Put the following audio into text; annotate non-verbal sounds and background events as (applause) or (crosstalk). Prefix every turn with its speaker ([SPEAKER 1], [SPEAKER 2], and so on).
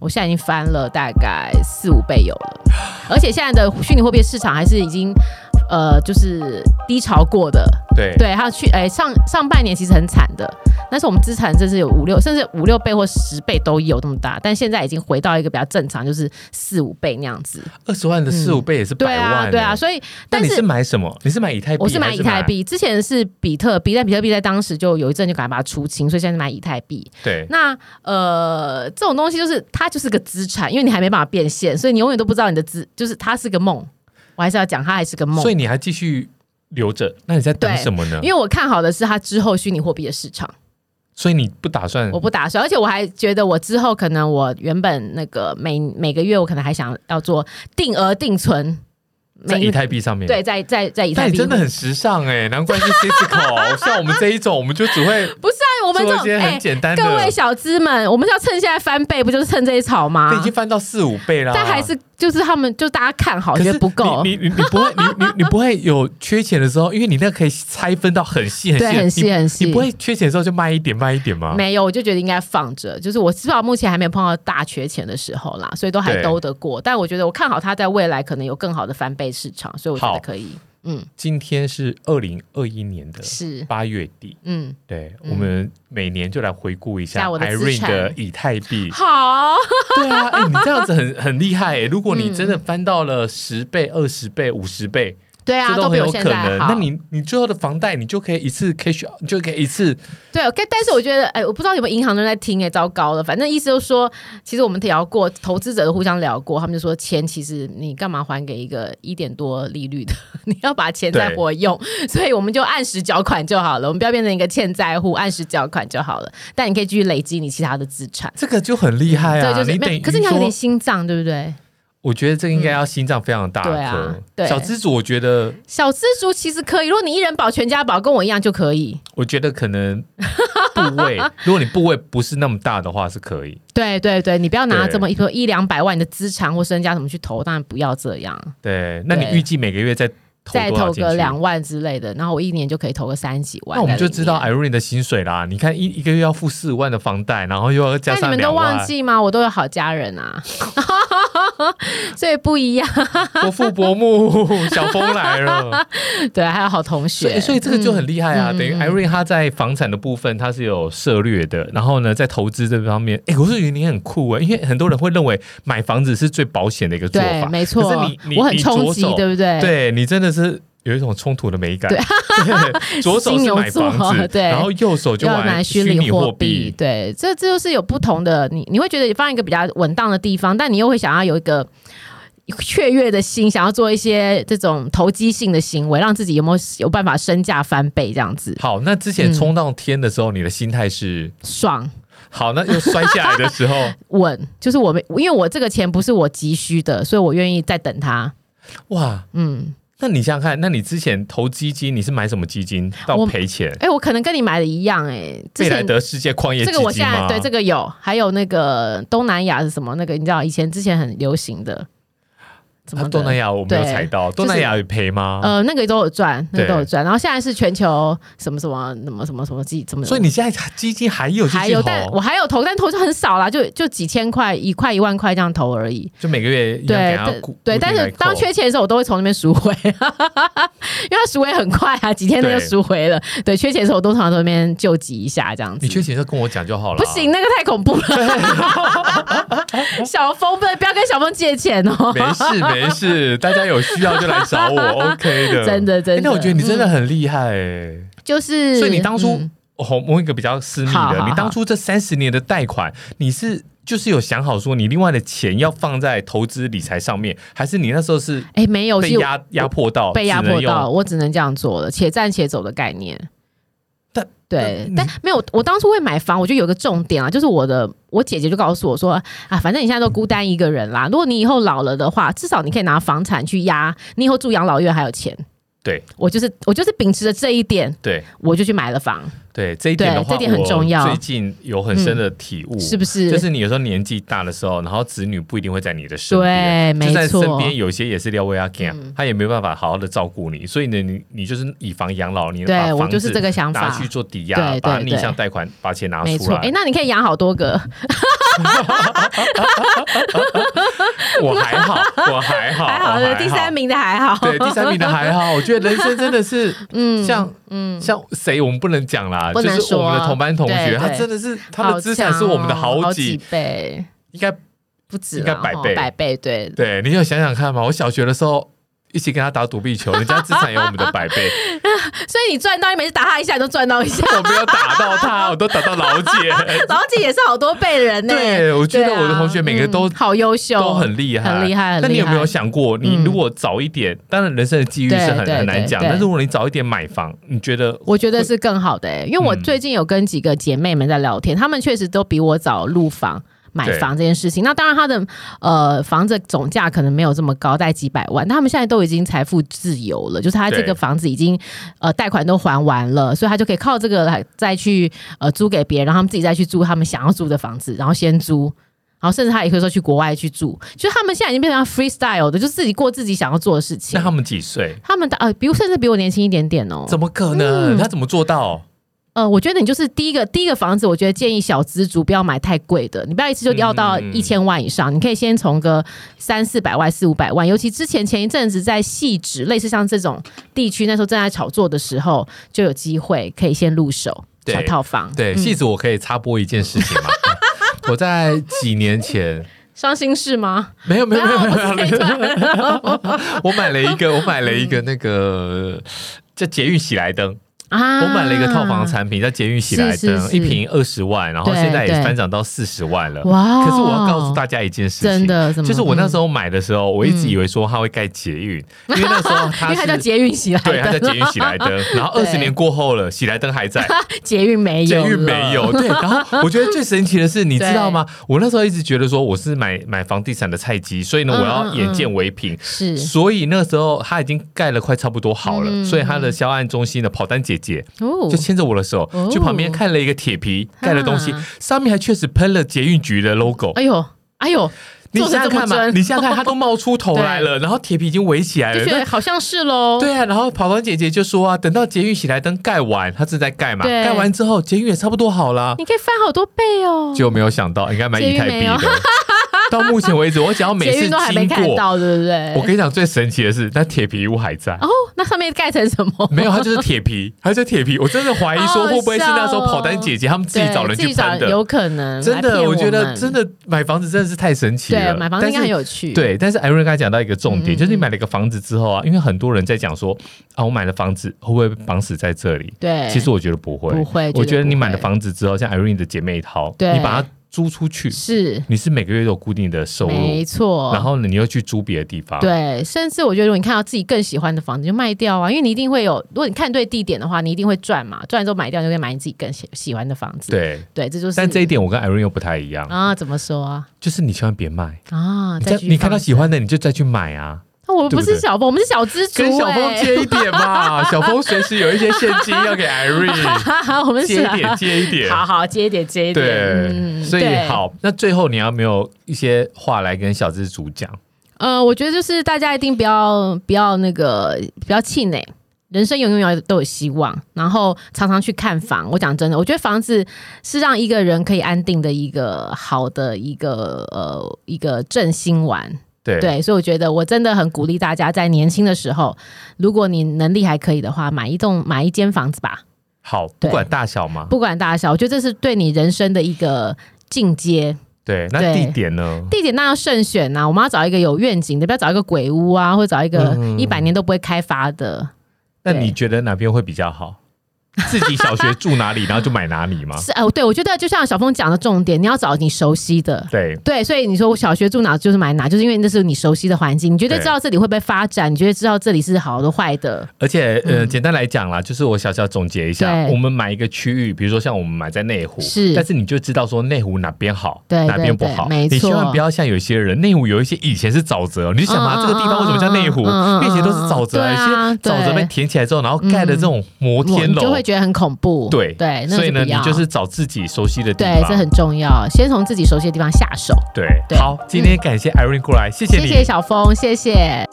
[SPEAKER 1] 我现在已经翻了大概四五倍有了，而且现在的虚拟货币市场还是已经呃就是低潮过的，
[SPEAKER 2] 对
[SPEAKER 1] 对，还有去哎、上上半年其实很惨的，但是我们资产真是有五六甚至五六倍或十倍都有那么大，但现在已经回到一个比较正常，就是四五倍那样子。
[SPEAKER 2] 二十万的四五倍也是百
[SPEAKER 1] 对
[SPEAKER 2] 万、
[SPEAKER 1] 啊，对啊，
[SPEAKER 2] 欸。
[SPEAKER 1] 所以
[SPEAKER 2] 那
[SPEAKER 1] 但
[SPEAKER 2] 你
[SPEAKER 1] 是
[SPEAKER 2] 是买什么？你是买以太币？
[SPEAKER 1] 我是买以太。币，之前是比特币，但比特币在当时就有一阵就赶快把它出清，所以现在是买以太币。
[SPEAKER 2] 对，
[SPEAKER 1] 那呃，这种东西就是它就是个资产，因为你还没办法变现，所以你永远都不知道你的资就是它是个梦。我还是要讲，它还是个梦
[SPEAKER 2] 所。以你还继续留着？那你在等
[SPEAKER 1] 对
[SPEAKER 2] 什么呢
[SPEAKER 1] 因？为我看好的是它之后虚拟货币的市场，
[SPEAKER 2] 所以你不打算
[SPEAKER 1] 我不打算，而且我还觉得我之后可能我原本那个每每个月我可能还想要做定额定存，
[SPEAKER 2] 在
[SPEAKER 1] 每
[SPEAKER 2] 以太币上面？
[SPEAKER 1] 对，在在在以
[SPEAKER 2] 但
[SPEAKER 1] 太
[SPEAKER 2] 你
[SPEAKER 1] 币
[SPEAKER 2] 真的很时尚哎、难怪是
[SPEAKER 1] (laughs)
[SPEAKER 2] Cisco，像我们这一种，我们就只会
[SPEAKER 1] 不是啊，我们这
[SPEAKER 2] 做一
[SPEAKER 1] 种
[SPEAKER 2] 些
[SPEAKER 1] 哎
[SPEAKER 2] 很简单的。
[SPEAKER 1] 各位小资们，我们是要趁现在翻倍，不就是趁这一炒吗
[SPEAKER 2] 这已？经翻到四五倍啦，
[SPEAKER 1] 啊但还是就是他们就大家看好，
[SPEAKER 2] 可
[SPEAKER 1] 觉
[SPEAKER 2] 是
[SPEAKER 1] 得不够。
[SPEAKER 2] 你你你你不会，你你你不会有缺钱的时候，因为你那可以拆分到很细很细
[SPEAKER 1] 对，很细
[SPEAKER 2] 你
[SPEAKER 1] 很细
[SPEAKER 2] 你不会缺钱的时候就卖一点卖一点吗？
[SPEAKER 1] 没有，我就觉得应该放着。就是我至少目前还没有碰到大缺钱的时候啦，所以都还
[SPEAKER 2] 对
[SPEAKER 1] 兜得过。但我觉得我看好它在未来可能有更好的翻倍市场，所以我觉
[SPEAKER 2] 好
[SPEAKER 1] 得可以。嗯，
[SPEAKER 2] 今天是二零二一年的
[SPEAKER 1] 是，
[SPEAKER 2] 八月底，
[SPEAKER 1] 嗯，
[SPEAKER 2] 对、
[SPEAKER 1] 嗯
[SPEAKER 2] 我们每年就来回顾一下
[SPEAKER 1] 下我的资
[SPEAKER 2] Irene
[SPEAKER 1] 产。
[SPEAKER 2] 的以太币 (laughs)
[SPEAKER 1] 好，
[SPEAKER 2] 对啊，哎、你这样子很很厉害哎、如果你真
[SPEAKER 1] 嗯
[SPEAKER 2] 的翻到了十倍、二十倍、五十倍，
[SPEAKER 1] 对啊，
[SPEAKER 2] 这都
[SPEAKER 1] 比
[SPEAKER 2] 很
[SPEAKER 1] 我
[SPEAKER 2] 有
[SPEAKER 1] 现
[SPEAKER 2] 可能。
[SPEAKER 1] 在好。
[SPEAKER 2] 那你你最后的房贷，你就可以一次 cash，out，你就可以一次
[SPEAKER 1] 对，但但是我觉得，哎，我不知道有没有银行的人在听，哎，糟糕了。反正意思就是说，其实我们聊过，投资者互相聊过，他们就说，钱其实你干嘛还给一个一点多利率的？ (laughs) 你要把钱再
[SPEAKER 2] 对
[SPEAKER 1] 活用，所以我们就按时缴款就好了，我们不要变成一个欠债户，按时缴款就好了。但你可以继续累积你其他的资产，
[SPEAKER 2] 这个就很厉害啊！
[SPEAKER 1] 这就是
[SPEAKER 2] 你
[SPEAKER 1] 没
[SPEAKER 2] 等于
[SPEAKER 1] 有。可是你要有点
[SPEAKER 2] 说，
[SPEAKER 1] 心脏，对不对？
[SPEAKER 2] 我觉得这应该要心脏非常大
[SPEAKER 1] 嗯对啊
[SPEAKER 2] 颗。
[SPEAKER 1] 对
[SPEAKER 2] 小资主，我觉得，
[SPEAKER 1] 小资族其实可以，如果你一人保全家保，跟我一样就可以。
[SPEAKER 2] 我觉得可能部位，
[SPEAKER 1] (laughs)
[SPEAKER 2] 如果你部位不是那么大的话，是可以。
[SPEAKER 1] 对对对，你不要拿
[SPEAKER 2] 对
[SPEAKER 1] 这么一一两百万你的资产或身家什么去投，当然不要这样。
[SPEAKER 2] 对，那你
[SPEAKER 1] 对
[SPEAKER 2] 预计每个月再投
[SPEAKER 1] 再
[SPEAKER 2] 多少
[SPEAKER 1] 投
[SPEAKER 2] 进
[SPEAKER 1] 个
[SPEAKER 2] 去？
[SPEAKER 1] 两万之类的，然后我一年就可以投个三几万。
[SPEAKER 2] 那我们就知道。Irene 的薪水啦。你看一一个月要付四万的房贷，然后又要加
[SPEAKER 1] 那哎你
[SPEAKER 2] 上
[SPEAKER 1] 们都
[SPEAKER 2] 两万
[SPEAKER 1] 忘，
[SPEAKER 2] (laughs)
[SPEAKER 1] 记吗？我都有好家人啊， (laughs) 所以不一样。
[SPEAKER 2] 伯父伯母 (laughs) 小风来了，
[SPEAKER 1] (laughs) 对，还有好同
[SPEAKER 2] 所以
[SPEAKER 1] 学，
[SPEAKER 2] 所以这个就很厉害啊。
[SPEAKER 1] 嗯
[SPEAKER 2] 等于
[SPEAKER 1] 嗯
[SPEAKER 2] Irene 她在房产的部分她是有涉略的，然后呢，在投资这方面，哎，我是觉得你很酷啊，因为很多人会认为买房子是最保险的一个做
[SPEAKER 1] 对，
[SPEAKER 2] 法，
[SPEAKER 1] 没错
[SPEAKER 2] 可是你，你
[SPEAKER 1] 我很
[SPEAKER 2] 你
[SPEAKER 1] 冲
[SPEAKER 2] 着
[SPEAKER 1] 击，
[SPEAKER 2] 手
[SPEAKER 1] 对不对？
[SPEAKER 2] 对你真的是有一种冲突的美感。
[SPEAKER 1] 对
[SPEAKER 2] (laughs) 对，左手是
[SPEAKER 1] (laughs)
[SPEAKER 2] 买
[SPEAKER 1] 金
[SPEAKER 2] 房
[SPEAKER 1] 牛
[SPEAKER 2] 子，
[SPEAKER 1] 座啊对
[SPEAKER 2] 然后右手就
[SPEAKER 1] 要买
[SPEAKER 2] 玩
[SPEAKER 1] 虚
[SPEAKER 2] 虚
[SPEAKER 1] 拟
[SPEAKER 2] 拟
[SPEAKER 1] 货
[SPEAKER 2] 货
[SPEAKER 1] 币
[SPEAKER 2] 币，，
[SPEAKER 1] 对，这这就是有不同的，你你会觉得你放在一个比较稳当的地方，但你又会想要有一个雀跃的心，想要做一些这种投机性的行为，让自己有没有有办法身价翻倍这样子，
[SPEAKER 2] 好，那之
[SPEAKER 1] 嗯
[SPEAKER 2] 前冲到天的时候，你的心态是
[SPEAKER 1] 爽。
[SPEAKER 2] 好，那又摔下来的时候，
[SPEAKER 1] 稳，就是我没，因为我这个钱不是我急需的，所以我愿意再等它。
[SPEAKER 2] (laughs) 哇，
[SPEAKER 1] 嗯，
[SPEAKER 2] 那你想想看，那你之前投基金，你是买什么基金到
[SPEAKER 1] 我
[SPEAKER 2] 赔钱？
[SPEAKER 1] 哎、我可能跟你买的一样、哎，之
[SPEAKER 2] 贝莱
[SPEAKER 1] 前
[SPEAKER 2] 德世界矿业基
[SPEAKER 1] 这个我
[SPEAKER 2] 金
[SPEAKER 1] 现在
[SPEAKER 2] 吗？
[SPEAKER 1] 对这个有，还有那个东南亚是什么？那个你知道以前之前很流行的，怎么
[SPEAKER 2] 啊
[SPEAKER 1] 的
[SPEAKER 2] 东南亚我没有
[SPEAKER 1] 对
[SPEAKER 2] 踩到，
[SPEAKER 1] 就
[SPEAKER 2] 东
[SPEAKER 1] 是
[SPEAKER 2] 南亚有赔吗？
[SPEAKER 1] 呃，那个都有赚，那个
[SPEAKER 2] 对
[SPEAKER 1] 都有赚。然后现在是全球什么什么什么什么什么几什么，
[SPEAKER 2] 所以你现在基金还有
[SPEAKER 1] 还
[SPEAKER 2] 继
[SPEAKER 1] 有，
[SPEAKER 2] 续
[SPEAKER 1] 但我
[SPEAKER 2] 投，
[SPEAKER 1] 还有投，但投就很少啦，就就几千块，一块一万块这样投而已。
[SPEAKER 2] 就每个月一样给
[SPEAKER 1] 对
[SPEAKER 2] 他
[SPEAKER 1] 对
[SPEAKER 2] 固
[SPEAKER 1] 对，
[SPEAKER 2] 固定
[SPEAKER 1] 但
[SPEAKER 2] 来
[SPEAKER 1] 是
[SPEAKER 2] 扣
[SPEAKER 1] 当缺钱的时候，我都会从那边赎回， (laughs) 因为它赎回很快啊，几天内就
[SPEAKER 2] 对
[SPEAKER 1] 赎回了。对，缺钱的时候，我通常都在那边救济一下这样子。
[SPEAKER 2] 你缺钱就跟我讲就好了。
[SPEAKER 1] 不行，，那个太恐怖了。
[SPEAKER 2] (laughs)
[SPEAKER 1] 小峰，不不要跟小峰借钱哦。
[SPEAKER 2] 没事没事，大家有需要就来找我，OK
[SPEAKER 1] (laughs)
[SPEAKER 2] 的。
[SPEAKER 1] 真的真的
[SPEAKER 2] 哎那我觉得你真的很厉害哎。
[SPEAKER 1] 就是，
[SPEAKER 2] 所以你当初哦
[SPEAKER 1] 嗯
[SPEAKER 2] 我问一个比较私密
[SPEAKER 1] 好好
[SPEAKER 2] 的，
[SPEAKER 1] 好
[SPEAKER 2] 你当初这三十年的贷款，你是就是有想好说你另外的钱要放在投资理财上面，还是你那时候是
[SPEAKER 1] 哎、没有，
[SPEAKER 2] 被
[SPEAKER 1] 是
[SPEAKER 2] 压压迫到
[SPEAKER 1] 被压
[SPEAKER 2] 只能
[SPEAKER 1] 迫
[SPEAKER 2] 用
[SPEAKER 1] 到，我只能这样做了，且战且走的概念。
[SPEAKER 2] 但
[SPEAKER 1] 对，
[SPEAKER 2] 那
[SPEAKER 1] 但没有，我当初会买房，我觉得有个重点啊，就是我的我姐姐就告诉我说啊，反正你现在都孤单一个人啦，如果你以后老了的话，至少你可以拿房产去押，你以后住养老院还有钱。
[SPEAKER 2] 对
[SPEAKER 1] 我就是我就是秉持着这一点，
[SPEAKER 2] 对
[SPEAKER 1] 我就去买了房，
[SPEAKER 2] 对这一点的话，
[SPEAKER 1] 对这点很重要嗯
[SPEAKER 2] 我最近有很深的体悟，
[SPEAKER 1] 是不是？
[SPEAKER 2] 嗯就是你有时候年纪大的时候，然后子女不一定会在你的身边。
[SPEAKER 1] 对，
[SPEAKER 2] 就
[SPEAKER 1] 没
[SPEAKER 2] 在身
[SPEAKER 1] 错，
[SPEAKER 2] 边有些也是廖威阿 k 他也没办法好好的照顾你，所以呢，你你就是以房养老，你把
[SPEAKER 1] 对我
[SPEAKER 2] 房
[SPEAKER 1] 就是这
[SPEAKER 2] 子
[SPEAKER 1] 个想
[SPEAKER 2] 拿
[SPEAKER 1] 法
[SPEAKER 2] 去，做抵
[SPEAKER 1] 对
[SPEAKER 2] 押，
[SPEAKER 1] 对
[SPEAKER 2] 把逆
[SPEAKER 1] 对
[SPEAKER 2] 向贷款把钱拿
[SPEAKER 1] 没
[SPEAKER 2] 出
[SPEAKER 1] 错。
[SPEAKER 2] 来
[SPEAKER 1] 哎，。那你可以养好多个，
[SPEAKER 2] 我还好，我还
[SPEAKER 1] (laughs)
[SPEAKER 2] 好，
[SPEAKER 1] 还好
[SPEAKER 2] 我
[SPEAKER 1] 的，第三。名的还好，
[SPEAKER 2] 对第三名的
[SPEAKER 1] (laughs)
[SPEAKER 2] 还好，我觉得人生真的是，嗯，像嗯像谁我们不能讲啦，
[SPEAKER 1] 不
[SPEAKER 2] 就
[SPEAKER 1] 能
[SPEAKER 2] 是我们的
[SPEAKER 1] 说啊
[SPEAKER 2] 同班同
[SPEAKER 1] 对
[SPEAKER 2] 学，他
[SPEAKER 1] 对
[SPEAKER 2] 真的是他
[SPEAKER 1] 好
[SPEAKER 2] 的资产
[SPEAKER 1] 强
[SPEAKER 2] 是我们的
[SPEAKER 1] 哦
[SPEAKER 2] 好
[SPEAKER 1] 好
[SPEAKER 2] 几，
[SPEAKER 1] 倍，
[SPEAKER 2] 应该
[SPEAKER 1] 不止
[SPEAKER 2] 应该
[SPEAKER 1] 啦
[SPEAKER 2] 百
[SPEAKER 1] 哦
[SPEAKER 2] 倍
[SPEAKER 1] 百倍对。
[SPEAKER 2] 对，你有想想看嘛，我小学的时候一起跟他打躲避球，人家资产有我们的
[SPEAKER 1] (laughs)
[SPEAKER 2] 百倍，
[SPEAKER 1] 所以你赚到，你每次打他一下，你都赚到一下。
[SPEAKER 2] 我没有打到他，我都打到老姐。
[SPEAKER 1] 老姐也是好多倍的人呢、
[SPEAKER 2] 哎对，我觉得
[SPEAKER 1] (laughs) 对啊
[SPEAKER 2] 我的同学每个都
[SPEAKER 1] 嗯好优秀，
[SPEAKER 2] 都很厉害，
[SPEAKER 1] 很厉害很厉害
[SPEAKER 2] 那你有没有想过，你
[SPEAKER 1] 嗯
[SPEAKER 2] 如果早一点，当然人生的际遇是很
[SPEAKER 1] 对对
[SPEAKER 2] 很难讲，
[SPEAKER 1] 对对
[SPEAKER 2] 但是如果你早一点买房，你觉得
[SPEAKER 1] 我觉得是更好的、欸，因为我
[SPEAKER 2] 嗯
[SPEAKER 1] 最近有跟几个姐妹们在聊天，她、们确实都比我早入房。买
[SPEAKER 2] 对
[SPEAKER 1] 房这件事情，那当然她的呃房子总价可能没有这么高，在几百万，但他们现在都已经财富自由了，就是她这
[SPEAKER 2] 对
[SPEAKER 1] 个房子已经呃贷款都还完了，所以她就可以靠这个来再去呃租给别人，然后他们自己再去租他们想要租的房子，然后先租，然后甚至她也可以说去国外去住，就是他们现在已经变成 freestyle 的，就是自己过自己想要做的事情
[SPEAKER 2] 那。他们几岁？
[SPEAKER 1] 他们的呃，比如甚至比我年轻一点点哦、
[SPEAKER 2] 怎么可能？他怎么做到？
[SPEAKER 1] 呃，我觉得你就是第一个第一个房子，我觉得建议小资族不要买太贵的，你不要一次就要到
[SPEAKER 2] 嗯
[SPEAKER 1] 一千万以上，你可以先从个三四百万、四五百万。尤其之前前一阵子在细致类似像这种地区，那时候正在炒作的时候，就有机会可以先入手
[SPEAKER 2] 对
[SPEAKER 1] 小套房。
[SPEAKER 2] 对，戏子，我可以插播一件事情
[SPEAKER 1] (laughs)
[SPEAKER 2] 吗？我在几年前，
[SPEAKER 1] 伤心事
[SPEAKER 2] (laughs)
[SPEAKER 1] 吗？
[SPEAKER 2] 没有没有没有
[SPEAKER 1] 不
[SPEAKER 2] 没
[SPEAKER 1] 是
[SPEAKER 2] 有
[SPEAKER 1] 这一段
[SPEAKER 2] (laughs) 我买了一个，我买了一个那个叫捷运喜来登，
[SPEAKER 1] 啊！
[SPEAKER 2] 我买了一个套房产品叫捷运喜来
[SPEAKER 1] 嗯是
[SPEAKER 2] 登，
[SPEAKER 1] 是是
[SPEAKER 2] 一平二十万，然后
[SPEAKER 1] 对
[SPEAKER 2] 现在也
[SPEAKER 1] 对
[SPEAKER 2] 翻涨到四十万了。
[SPEAKER 1] 哇！哦
[SPEAKER 2] 可是我要告诉大家一件事情，
[SPEAKER 1] 真的怎么
[SPEAKER 2] 就是我那
[SPEAKER 1] 嗯
[SPEAKER 2] 时候买的时候，我一直以为说它会盖捷运，因为那
[SPEAKER 1] (laughs)
[SPEAKER 2] 时
[SPEAKER 1] 嗯
[SPEAKER 2] 候
[SPEAKER 1] 因
[SPEAKER 2] 它
[SPEAKER 1] 为它叫
[SPEAKER 2] 是。
[SPEAKER 1] 捷运喜来
[SPEAKER 2] 对，它叫
[SPEAKER 1] 登，
[SPEAKER 2] 捷运喜来登，然后二十
[SPEAKER 1] (laughs) 对
[SPEAKER 2] 年过后了，喜来登还
[SPEAKER 1] (laughs)
[SPEAKER 2] 在，
[SPEAKER 1] 捷运没
[SPEAKER 2] 捷
[SPEAKER 1] 有，
[SPEAKER 2] 运没。有。对，然后我觉得最神奇的是，你知道吗？我那时候一直觉得说我是买买房地产的菜鸡，所以呢，
[SPEAKER 1] 嗯
[SPEAKER 2] 我要
[SPEAKER 1] 嗯
[SPEAKER 2] 眼
[SPEAKER 1] 嗯
[SPEAKER 2] 见为凭。
[SPEAKER 1] 是
[SPEAKER 2] 所以那时候他已经盖了快差不多好了，
[SPEAKER 1] 嗯
[SPEAKER 2] 所以他的销案中心的跑单姐姐
[SPEAKER 1] 哦
[SPEAKER 2] 就牵着我的手、
[SPEAKER 1] 哦
[SPEAKER 2] 去旁边看了一个铁皮盖的东西，
[SPEAKER 1] 啊
[SPEAKER 2] 上面还确实喷了捷运局的 logo。
[SPEAKER 1] 哎呦，哎呦，
[SPEAKER 2] 你
[SPEAKER 1] 做
[SPEAKER 2] 想
[SPEAKER 1] 得
[SPEAKER 2] 想
[SPEAKER 1] 这么
[SPEAKER 2] 看嘛，
[SPEAKER 1] 真
[SPEAKER 2] 你想想看，它都冒出头来
[SPEAKER 1] (laughs)
[SPEAKER 2] 了，然后铁皮已经围起来
[SPEAKER 1] 的 (laughs)
[SPEAKER 2] 了。
[SPEAKER 1] 确
[SPEAKER 2] 哎那
[SPEAKER 1] 好像是喽。
[SPEAKER 2] 对啊，然后跑单姐姐就说啊，等到捷运喜来登盖完，它正在盖嘛，
[SPEAKER 1] 对
[SPEAKER 2] 盖完之后捷运也差不多好啦。
[SPEAKER 1] 你可以翻好多倍哦。
[SPEAKER 2] 就没有想到应该买以太币
[SPEAKER 1] 捷运没有
[SPEAKER 2] 的。到目前为止，我只要每
[SPEAKER 1] 捷
[SPEAKER 2] 次
[SPEAKER 1] 运都还没
[SPEAKER 2] 经
[SPEAKER 1] 看
[SPEAKER 2] 过，
[SPEAKER 1] 到，对不对？
[SPEAKER 2] 我跟你讲最神奇的是，那铁皮屋还在。
[SPEAKER 1] 哦，那上面盖成什
[SPEAKER 2] (laughs)
[SPEAKER 1] 么？
[SPEAKER 2] 没有，它就是铁 (laughs) 皮，它就是铁皮。我真的怀疑说，会不会是那时候跑单姐姐他们自己找人
[SPEAKER 1] 哦对自
[SPEAKER 2] 去
[SPEAKER 1] 己找
[SPEAKER 2] 喷的？
[SPEAKER 1] 有可能。
[SPEAKER 2] 真
[SPEAKER 1] 来
[SPEAKER 2] 的，
[SPEAKER 1] 骗
[SPEAKER 2] 我
[SPEAKER 1] 我
[SPEAKER 2] 觉得真
[SPEAKER 1] 的
[SPEAKER 2] 的买房子真的是太神奇
[SPEAKER 1] 对
[SPEAKER 2] 了。
[SPEAKER 1] 买房子应该
[SPEAKER 2] 但
[SPEAKER 1] 很
[SPEAKER 2] 是哎
[SPEAKER 1] 有趣。，
[SPEAKER 2] 对，但是艾瑞刚才讲到一个重点，
[SPEAKER 1] 嗯嗯
[SPEAKER 2] 就是你买了一个房子之后啊，因为很多人在讲说啊，我买了房子会不会被绑死在这里？
[SPEAKER 1] 对
[SPEAKER 2] 其实我觉得不会，
[SPEAKER 1] 不会
[SPEAKER 2] 我
[SPEAKER 1] 绝
[SPEAKER 2] 觉
[SPEAKER 1] 对
[SPEAKER 2] 得
[SPEAKER 1] 不
[SPEAKER 2] 你买了
[SPEAKER 1] 会
[SPEAKER 2] 房子之后，像 Irene 的姐妹淘，
[SPEAKER 1] 对
[SPEAKER 2] 你把它租出去，
[SPEAKER 1] 是
[SPEAKER 2] 你是每个月都有固定的收入
[SPEAKER 1] 没，错。
[SPEAKER 2] 然后啊呢，你又去租别的地方，
[SPEAKER 1] 对，甚至我觉得，如果你看到自己更喜欢的房子，就卖掉啊，因为你一定会有。如果你看对地点的话，你一定会赚嘛，赚了之后买掉，你就可以买你自己更喜喜欢的房子。
[SPEAKER 2] 对。
[SPEAKER 1] 对，这就是。
[SPEAKER 2] 但这一点我跟 Irene 又不太一样，
[SPEAKER 1] 啊，怎么说啊？
[SPEAKER 2] 就是你千万别卖。
[SPEAKER 1] 啊，
[SPEAKER 2] 你
[SPEAKER 1] 再
[SPEAKER 2] 在
[SPEAKER 1] 继续
[SPEAKER 2] 你看到
[SPEAKER 1] 放
[SPEAKER 2] 喜欢的你就再去买啊，
[SPEAKER 1] 那我不
[SPEAKER 2] 对
[SPEAKER 1] 是
[SPEAKER 2] 不对
[SPEAKER 1] 小峰，我们是小蜘蛛、欸，
[SPEAKER 2] 跟小峰借一点嘛，小峰随时有一些现
[SPEAKER 1] (laughs)
[SPEAKER 2] 金要给 Irene，
[SPEAKER 1] 我们
[SPEAKER 2] 借
[SPEAKER 1] 是啊
[SPEAKER 2] 一点，借一点。
[SPEAKER 1] 好好接一点，接一点，
[SPEAKER 2] 对，所以
[SPEAKER 1] 对，
[SPEAKER 2] 好，那最后你要没有一些话来跟小蜘蛛讲？
[SPEAKER 1] 呃，我觉得就是大家一定不要不要那个不要气馁。人生永远都有希望，然后常常去看房。我讲真的，我觉得房子是让一个人可以安定的一个好的一个呃一个振兴丸。
[SPEAKER 2] 对
[SPEAKER 1] 对，所以我觉得我真的很鼓励大家，在年轻的时候，如果你能力还可以的话，买一栋买一间房子吧。
[SPEAKER 2] 好，不
[SPEAKER 1] 对
[SPEAKER 2] 管大小嘛，
[SPEAKER 1] 不管大小，我觉得这是对你人生的一个进阶。
[SPEAKER 2] 对，那
[SPEAKER 1] 对
[SPEAKER 2] 地点呢？
[SPEAKER 1] 地点当然要慎选啊呐、我们要找一个有愿景的，不要找一个鬼屋啊，或者找一个
[SPEAKER 2] 嗯
[SPEAKER 1] 一百年都不会开发的。
[SPEAKER 2] 那
[SPEAKER 1] 对
[SPEAKER 2] 你觉得哪边会比较好？自己小学住哪里，然后就买哪里吗？
[SPEAKER 1] 是哦，对，我觉得就像小峰讲的重点，你要找你熟悉的。
[SPEAKER 2] 对
[SPEAKER 1] 对，所以你说我小学住哪就是买哪，就是因为那是你熟悉的环境，你绝对
[SPEAKER 2] 对
[SPEAKER 1] 知道这里会不会发展，你绝对知道这里是好的坏的。
[SPEAKER 2] 而且，呃，简单来讲啦，就是我小小总结一下，
[SPEAKER 1] 嗯对
[SPEAKER 2] 我们买一个区域，比如说像我们买在内湖，
[SPEAKER 1] 是
[SPEAKER 2] 但是你就知道说内湖哪边好，
[SPEAKER 1] 对
[SPEAKER 2] 哪边不
[SPEAKER 1] 对
[SPEAKER 2] 好，
[SPEAKER 1] 对没
[SPEAKER 2] 你千万
[SPEAKER 1] 错
[SPEAKER 2] 不要像有些人，内湖有一些以前是沼泽，你就想嘛，
[SPEAKER 1] 嗯
[SPEAKER 2] 这个地方为什么叫内湖？
[SPEAKER 1] 嗯嗯嗯嗯
[SPEAKER 2] 因为以前都是沼泽，
[SPEAKER 1] 对
[SPEAKER 2] 有些
[SPEAKER 1] 啊
[SPEAKER 2] 沼泽
[SPEAKER 1] 对嗯
[SPEAKER 2] 被填起来之后，然后盖的这种摩天
[SPEAKER 1] 你就
[SPEAKER 2] 楼
[SPEAKER 1] 会，觉得很恐怖。
[SPEAKER 2] 对
[SPEAKER 1] 对，那
[SPEAKER 2] 所以呢，
[SPEAKER 1] 不
[SPEAKER 2] 你
[SPEAKER 1] 要
[SPEAKER 2] 就是找自己熟悉的地
[SPEAKER 1] 对，这
[SPEAKER 2] 方，
[SPEAKER 1] 很重要，先从自己熟悉的地方下手。
[SPEAKER 2] 对。
[SPEAKER 1] 对
[SPEAKER 2] 好，今天感谢 Irene 过来，谢谢
[SPEAKER 1] 谢
[SPEAKER 2] 你，
[SPEAKER 1] 谢小峰，谢谢。